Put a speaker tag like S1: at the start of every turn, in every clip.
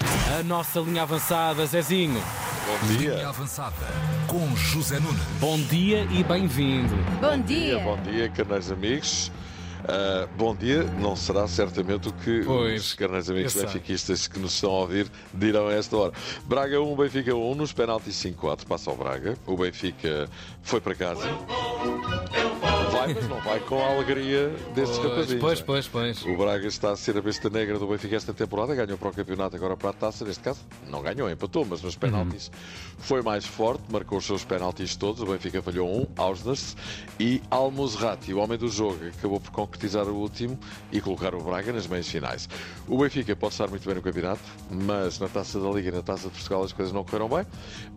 S1: a nossa linha avançada, Zezinho.
S2: Bom
S3: Linha
S2: dia.
S3: avançada com José Nunes.
S1: Bom dia e bem-vindo.
S4: Bom dia.
S2: Bom dia, carnais amigos. Ah, bom dia, não será certamente o que
S1: Pois,
S2: os carnais amigos
S1: eu sei.
S2: benfiquistas que nos estão a ouvir dirão a esta hora. Braga 1, Benfica 1, nos penaltis 5-4, passa ao Braga. O Benfica foi para casa. Vai, mas não vai com a alegria destes rapazinhos.
S1: pois,
S2: não é?
S1: pois, pois.
S2: O Braga está a ser a besta negra do Benfica esta temporada, ganhou para o campeonato, agora para a taça, neste caso não ganhou, empatou, mas nos penaltis
S4: Uhum.
S2: foi mais forte, marcou os seus penaltis todos, o Benfica falhou um, Ausners e Almuzrati, o homem do jogo, acabou por concretizar o último e colocar o Braga nas meias finais. O Benfica pode estar muito bem no campeonato, mas na taça da Liga e na taça de Portugal as coisas não correram bem,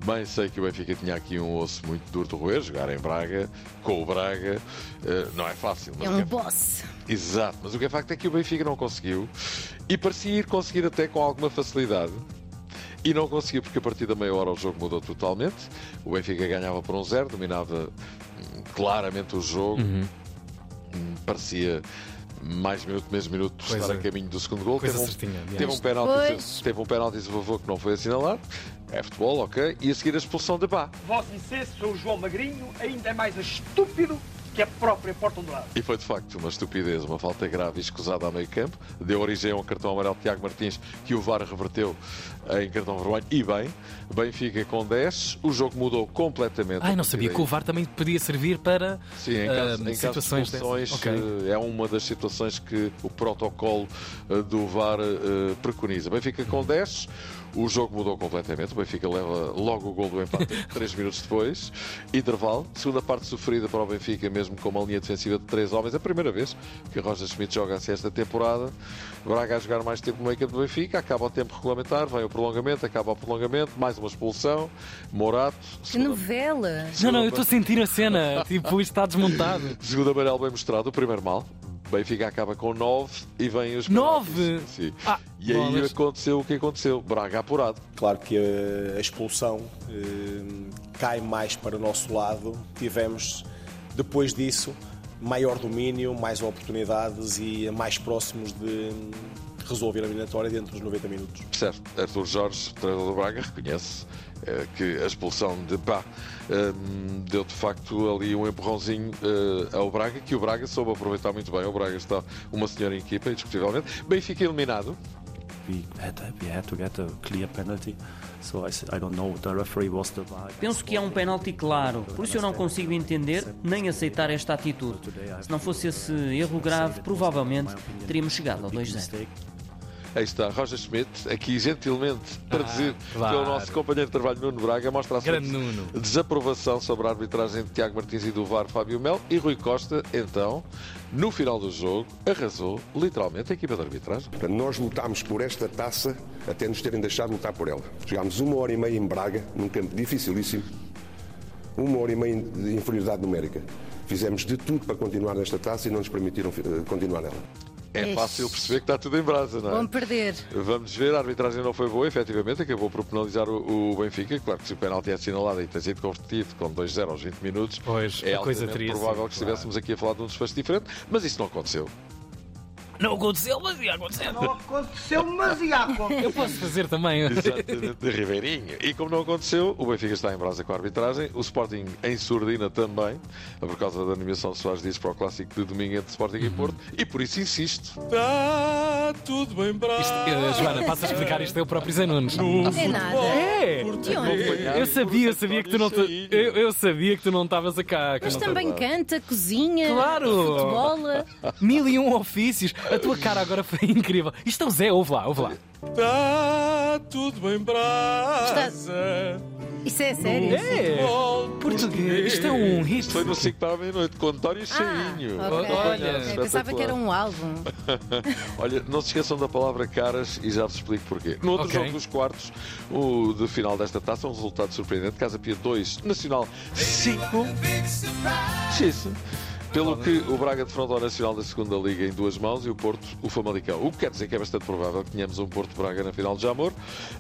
S2: bem sei que o Benfica tinha aqui um osso muito duro de roer, jogar em Braga, com o Braga, eh, não é fácil. mas
S4: É
S2: o que
S4: um
S2: é
S4: boss.
S2: Exato, mas o que é facto é que o Benfica não conseguiu e parecia ir conseguir até com alguma facilidade. E não conseguiu porque a partir da meia hora o jogo mudou totalmente. O Benfica ganhava por um zero, dominava hum, claramente o jogo.
S1: Uhum.
S2: Hum, Parecia mais minuto, menos minuto,
S1: Coisa-
S2: estar a caminho do segundo gol.
S1: é. coisa
S2: Teve um,
S1: certinha, aliás.
S2: teve um penalti,
S4: Pois.
S2: teve um penalti de vovô que não foi assinalado. É futebol, ok. E a seguir a expulsão de pá.
S5: Vossa licença, sou o João Magrinho, ainda é mais estúpido que a própria Porta Dourada.
S2: E foi de facto uma estupidez, uma falta grave e escusada ao meio campo. Deu origem a um cartão amarelo de Tiago Martins que o VAR reverteu em cartão vermelho. E bem, Benfica com 10. O jogo mudou completamente.
S1: Ai,
S2: a
S1: não
S2: partir
S1: sabia
S2: daí.
S1: que o VAR também podia servir para
S2: Sim, em caso,
S1: ah,
S2: em caso de
S1: situações
S2: expulsões,
S1: dessas. Ok.
S2: eh, é uma das situações que o protocolo eh, do VAR eh, preconiza. Benfica com 10, o jogo mudou completamente. O Benfica leva logo o gol do empate 3 minutos depois. Intervalo, segunda parte sofrida para o Benfica, mesmo com uma linha defensiva de 3 homens. É a primeira vez que Roger Schmidt joga assim esta temporada. Braga a jogar mais tempo no meio campo do Benfica, acaba o tempo regulamentar, vem o prolongamento, acaba o prolongamento, mais uma expulsão. Morato,
S4: Que
S2: segunda
S4: novela.
S1: Não, não, eu estou a sentir a cena. tipo, isto está desmontado.
S2: Segundo amarelo bem mostrado, o primeiro mal. Benfica acaba com 9 e vem os
S1: Nove?
S2: penaltis. Sim.
S1: Ah,
S2: E aí
S1: bolas.
S2: aconteceu o que aconteceu. Braga apurado.
S6: Claro que eh, a expulsão eh, cai mais para o nosso lado. Tivemos, depois disso, maior domínio, mais oportunidades e mais próximos de hum, resolver a eliminatória dentro dos 90 minutos.
S2: Certo, Arthur Jorge, treinador do Braga, reconhece eh, que a expulsão de pá eh, deu de facto ali um empurrãozinho eh, ao Braga, que o Braga soube aproveitar muito bem. O Braga está uma senhora em equipa, indiscutivelmente. Benfica eliminado.
S7: we had we had to get a clear penalty. So I, s- I don't know. The referee was the VAR.
S8: Penso que é um penalti claro, por isso eu não consigo entender nem aceitar esta atitude. Se não fosse esse erro grave, provavelmente teríamos chegado ao 2-0.
S7: Mistake.
S2: Aí está, Roger Schmidt, aqui gentilmente traduzido
S1: Ah, claro.
S2: pelo é nosso companheiro de trabalho Nuno Braga, mostra a sua
S1: Grande Nuno.
S2: desaprovação sobre a arbitragem de Tiago Martins e do VAR Fábio Mel e Rui Costa, então, no final do jogo, arrasou literalmente a equipa de arbitragem.
S9: Portanto, nós lutámos por esta taça até nos terem deixado lutar por ela. Jogámos uma hora e meia em Braga, num campo dificilíssimo, uma hora e meia de inferioridade numérica. Fizemos de tudo para continuar nesta taça e não nos permitiram eh, continuar nela.
S2: É
S4: Ixi.
S2: fácil perceber que está tudo em brasa, não é?
S4: Vão perder.
S2: Vamos ver, a arbitragem não foi boa, efetivamente, acabou por penalizar o, o Benfica. Claro que se o penalti é assinalado e tem sido convertido com 2-0 aos 20 minutos,
S1: Pois,
S2: é
S1: a coisa
S2: altamente
S1: teria sido,
S2: provável que estivéssemos aqui a falar de um desfecho diferente, mas isso não aconteceu.
S1: Não aconteceu, mas ia acontecer.
S5: Não aconteceu, mas e há
S1: Eu posso fazer também.
S2: Exatamente, de Ribeirinho. E como não aconteceu, o Benfica está em brasa com a arbitragem, o Sporting em surdina também, por causa da animação de Soares Dias para o clássico de domingo entre Sporting e Porto, e por isso insisto. Está tudo bem
S1: Isto,
S2: brasa.
S1: eh, Joana, passa a explicar isto eu próprio Zé Nunes.
S4: É nada.
S1: É!
S4: E onde?
S1: Eu sabia, eu sabia que tu não te- eu, eu sabia que tu não estavas a cá. que
S4: Mas
S1: não
S4: também
S1: tava-
S4: canta, cozinha,
S1: Claro.
S4: futebola.
S1: Mil e um ofícios. A tua cara agora foi incrível. Isto é o Zé, ouve lá, ouve lá.
S10: Está tudo bem
S4: é-
S10: brasa
S4: Tá. Isso é sério?
S1: É! Português. Isto é um hit.
S2: Foi no 5 para a meia-noite, com António
S4: Ah,
S2: Cheinho.
S4: ok.
S1: Olha,
S4: Eu pensava que era um álbum.
S2: Olha, não se esqueçam da palavra caras e já vos explico porquê. No outro
S1: Ok.
S2: jogo dos quartos, o de final desta taça, um resultado surpreendente. Casa Pia 2, Nacional 5. Isso. Pelo que o Braga defronta o Nacional da segunda Liga em duas mãos e o Porto, o Famalicão. O que quer dizer que é bastante provável que tenhamos um Porto-Braga na final de Jamor.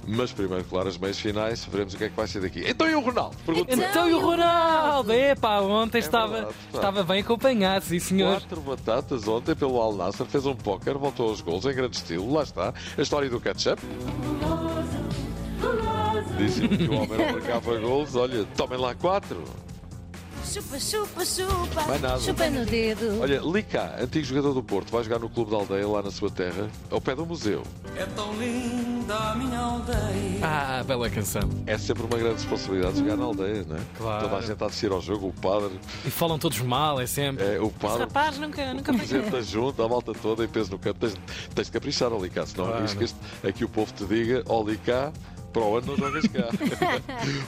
S2: Mas primeiro, claro, as meias finais, veremos o que é que vai ser daqui. Então e o Ronaldo? Pergunto
S1: Então e o Ronaldo? Epá, ontem estava,
S2: É verdade, pá.
S1: estava bem acompanhado, sim senhor.
S2: Quatro batatas ontem pelo Al Nassr, fez um póquer, voltou aos gols em grande estilo, lá está. A história do ketchup. Disse-me que o homem não marcava golos. Olha, tomem lá quatro.
S4: Chupa, chupa, chupa.
S2: Mais nada.
S1: um
S4: Chupa no dedo.
S2: Olha, Lica, antigo jogador do Porto, vai jogar no Clube da Aldeia, lá na sua terra, ao pé do museu.
S10: É tão linda a minha aldeia.
S1: Ah, bela canção.
S2: É sempre uma grande responsabilidade jogar na aldeia, não é?
S1: Claro.
S2: Toda a gente está a descer ao jogo, o padre,
S1: E falam todos mal, é sempre.
S2: é, o padre,
S4: Rapaz, nunca, nunca
S2: a gente está junto, a malta toda e peso no campo. Tens, tens de caprichar, ó Lica, senão
S1: Claro.
S2: arriscas aqui é o povo te diga, ó Lica, para o ano não jogas cá.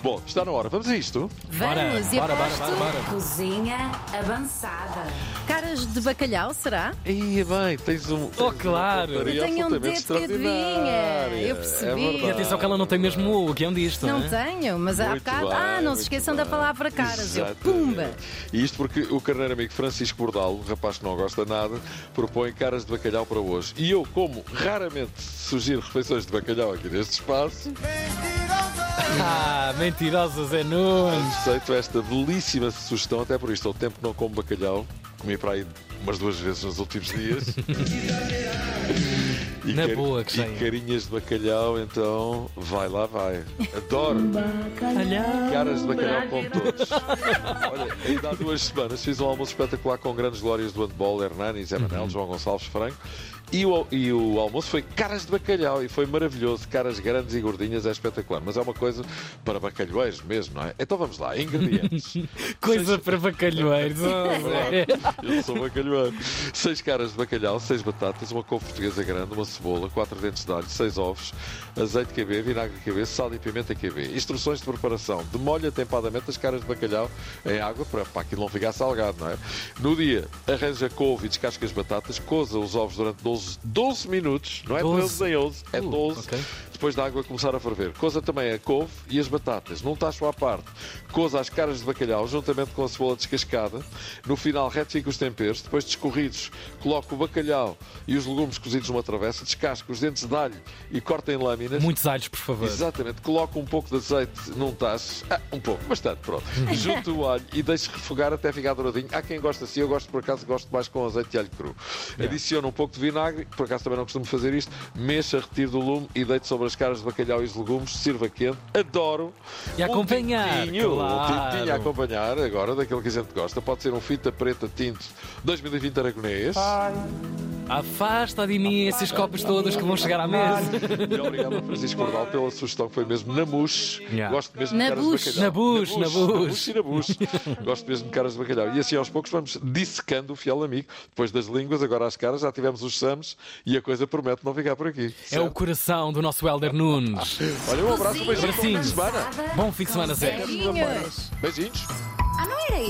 S2: Bom, está na hora, vamos a isto.
S4: Vamos, e
S1: bora, bora,
S4: aposto
S1: bora, bora.
S11: Cozinha avançada.
S4: caras de bacalhau, será?
S2: E bem, tens um. tens uma
S1: Oh, claro.
S2: pontaria
S4: Eu tenho um
S2: absolutamente
S4: dedo que
S2: extraordinária.
S4: adivinha. Eu percebi.
S2: É
S1: E
S2: verdade.
S1: atenção que ela não tem mesmo o guião disto.
S4: Não
S1: né?
S4: tenho, mas há
S2: Muito
S4: bocado.
S2: bem,
S4: ah, não
S2: muito
S4: se esqueçam da
S2: bem.
S4: palavra caras. Eu,
S2: Exatamente.
S4: pumba!
S2: E isto porque o carneiro amigo Francisco Bordal, um rapaz que não gosta nada, propõe caras de bacalhau para hoje. E eu, como raramente sugiro refeições de bacalhau aqui neste espaço,
S1: Ah, mentirosa Zé Nunes.
S2: aceito esta belíssima sugestão, até por isto, ao tempo que não como bacalhau, comi para aí umas duas vezes nos últimos dias. E
S1: Na boa que
S2: E
S1: saia.
S2: carinhas de bacalhau, então vai lá, vai. Adoro. Caras de bacalhau com todos. Olha, ainda há duas semanas fiz um almoço espetacular com grandes glórias do handball, Hernani, Zé Manel,
S1: Uhum.
S2: João Gonçalves Franco. E o, e o almoço foi caras de bacalhau e foi maravilhoso. Caras grandes e gordinhas é espetacular, mas é uma coisa para bacalhoeiros mesmo, não é? Então vamos lá, ingredientes.
S1: Coisa para bacalhoeiros. Oh, Zé.
S2: Eu sou bacalhoeiro. Seis caras de bacalhau, seis batatas, uma couve portuguesa grande, uma cebola, quatro dentes de alho, seis ovos, azeite QB, vinagre QB, sal e pimenta QB. Instruções de preparação. Demolha tempadamente as caras de bacalhau em água para, para aquilo não ficar salgado, não é? No dia, arranja a couve e descasca as batatas, coza os ovos durante 12, 12 minutos, não é
S1: 12.
S2: 12 nem 11, é
S1: Uh,
S2: 12
S1: ok.
S2: depois da água começar a ferver. Coza também a couve e as batatas, num tacho à parte. Coza as caras de bacalhau, juntamente com a cebola descascada. No final, retifica os temperos. Depois de escorridos, coloca o bacalhau e os legumes cozidos numa travessa. Descasca os dentes de alho e corta em lâminas.
S1: Muitos alhos, por favor.
S2: Exatamente, coloca um pouco de azeite num tacho, ah, um pouco, bastante, pronto. Junto o alho e deixe refogar até ficar douradinho. Há quem gosta assim, eu gosto por acaso, gosto mais com azeite e alho cru.
S1: É.
S2: Adiciona um pouco de vinagre, por acaso também não costumo fazer isto. Mexa, retire do lume e deite sobre as caras de bacalhau e os legumes, sirva quente. Adoro.
S1: E acompanhar,
S2: Um tintinho, um
S1: claro.
S2: tintinho a acompanhar agora, daquele que a gente gosta. Pode ser um fita preta tinto 2020 Aragonês.
S1: Ah, Afasta de mim esses copos todos que vão chegar à mesa.
S2: E obrigado ao Francisco Cordal pela sugestão, que foi mesmo na mush.
S1: Yeah.
S2: Gosto mesmo
S4: Na
S2: de caras
S4: bush.
S2: de bacalhau.
S1: Na bush, na bush.
S2: e na bush. Gosto mesmo de caras de bacalhau. E assim aos poucos vamos dissecando o fiel amigo. Depois das línguas, agora as caras, já tivemos os sams e a coisa promete não ficar por aqui.
S1: É o
S2: Certo?
S1: coração do nosso Helder Nunes.
S2: Olha, um abraço, um beijinho, bom fim de
S1: Abracinho.
S2: semana.
S11: Avançada.
S1: Bom fim de semana, Zé.
S4: Beijinhos.
S2: Beijinhos.
S11: Ah, não era